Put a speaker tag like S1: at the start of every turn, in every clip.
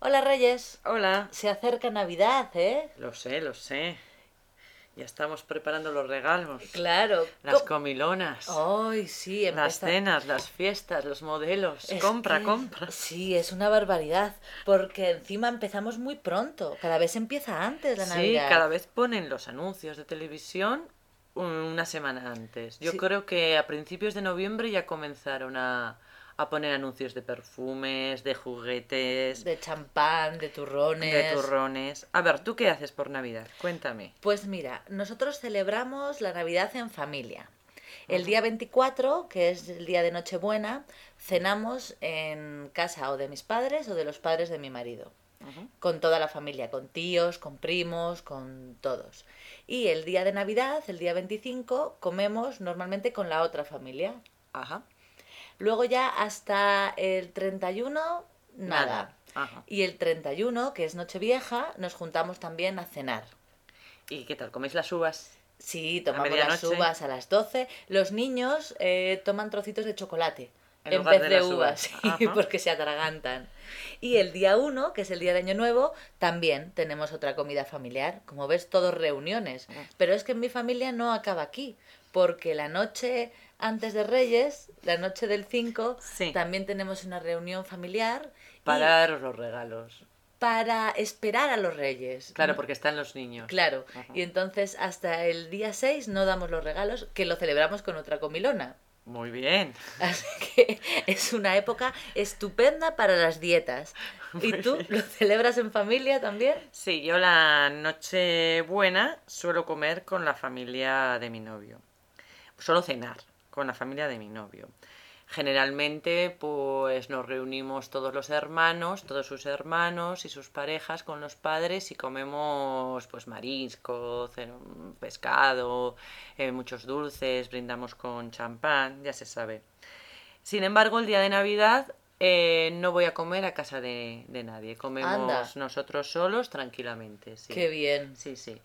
S1: Hola Reyes,
S2: Hola.
S1: se acerca Navidad, ¿eh?
S2: Lo sé, lo sé. Ya estamos preparando los regalos,
S1: Claro.
S2: las
S1: Co-
S2: comilonas,
S1: Ay, sí,
S2: las
S1: empieza-
S2: cenas, las fiestas, los modelos.
S1: Es
S2: compra,
S1: que-
S2: compra.
S1: Sí, es una barbaridad, porque encima empezamos muy pronto, cada vez empieza antes la
S2: Sí,
S1: Navidad.
S2: cada vez ponen los anuncios de televisión un- una semana antes. Yo
S1: Sí.
S2: creo que a principios de noviembre ya comenzaron a, a poner anuncios de perfumes, de juguetes, de,
S1: De champán, de turrones.
S2: turrones. A ver, ¿tú qué haces por Navidad? Cuéntame.
S1: Pues mira, nosotros celebramos la Navidad en familia. El día 24, que es el día de Nochebuena, cenamos en casa o de mis padres o de los padres de mi marido.
S2: Ujú.
S1: con toda la familia, con tíos, con primos, con todos. Y el día de Navidad, el día 25, comemos normalmente con la otra familia.
S2: Ajá.
S1: Luego ya hasta el 31, nada.
S2: Ajá.
S1: Y el 31, que es Nochevieja, nos juntamos también a cenar.
S2: ¿Y qué tal? ¿Coméis las uvas?
S1: Sí, tomamos las
S2: medianoche.
S1: uvas a las 12. Los niños eh, toman trocitos de chocolate
S2: En
S1: en,
S2: lugar
S1: vez
S2: de
S1: de,
S2: las uvas.
S1: uvas, sí,
S2: Ajá.
S1: porque se atragantan. Y el día 1, que es el día de Año Nuevo, también tenemos otra comida familiar. Como ves, todos reuniones.
S2: Ah.
S1: Pero es que en mi familia no acaba aquí, porque la noche antes de Reyes, la noche del 5,
S2: Sí.
S1: también tenemos una reunión familiar y
S2: Pararos los regalos.
S1: para esperar a los Reyes. Mm.
S2: Claro, porque están los niños.
S1: Claro,
S2: Ajá.
S1: y entonces hasta el día 6 no damos los regalos, que lo celebramos con otra comilona.
S2: Muy bien.
S1: Así que es una época estupenda para las dietas. ¿Y
S2: Muy
S1: tú
S2: bien.
S1: lo celebras en familia también?
S2: Sí, yo la noche buena suelo comer con la familia de mi novio. Suelo cenar con la familia de mi novio. Generalmente, pues nos reunimos todos los hermanos, todos sus hermanos y sus parejas con los padres y comemos pues marisco, ce- pescado, eh, muchos dulces, brindamos con champán, ya se sabe. Sin embargo, el día de Navidad eh, no voy a comer a casa de, de nadie. Comemos
S1: Anda.
S2: nosotros solos tranquilamente. Sí.
S1: Qué bien.
S2: Sí, sí.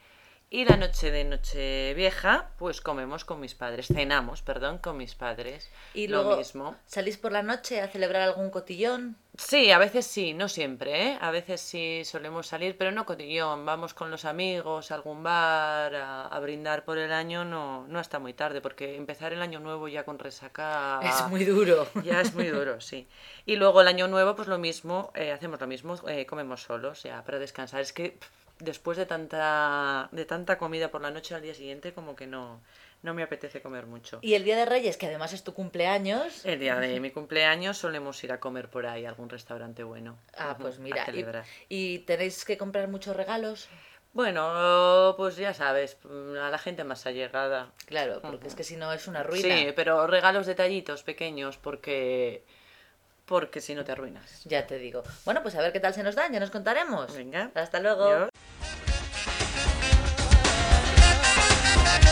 S2: Y la noche de noche vieja, pues comemos con mis padres, cenamos, perdón, con mis padres.
S1: Y
S2: Lo
S1: luego
S2: mismo.
S1: salís por la noche a celebrar algún cotillón.
S2: Sí, a veces sí, no siempre, ¿eh? A veces sí solemos salir, pero no cotillón. Vamos con los amigos a algún bar a, a brindar por el año, no, no hasta muy tarde, porque empezar el año nuevo ya con resaca
S1: Es muy duro.
S2: ya es muy duro, sí. Y luego el año nuevo, pues lo mismo, eh, hacemos lo mismo, eh, comemos solos, ya, para descansar. Es que pff, después de tanta, de tanta comida por la noche al día siguiente, como que no, no me apetece comer mucho.
S1: Y el día de Reyes, que además es tu cumpleaños.
S2: El día de mi cumpleaños solemos ir a comer por ahí a algún restaurante bueno.
S1: Ah,
S2: Ujú,
S1: pues
S2: a
S1: mira, y,
S2: celebrar.
S1: y tenéis que comprar muchos regalos.
S2: Bueno, pues ya sabes, a la gente más allegada.
S1: Claro, porque es que si no es una ruina.
S2: Sí, pero regalos detallitos pequeños porque porque si no te arruinas.
S1: Ya te digo. Bueno, pues a ver qué tal se nos dan, ya nos contaremos.
S2: Venga.
S1: Hasta luego.
S2: Adiós.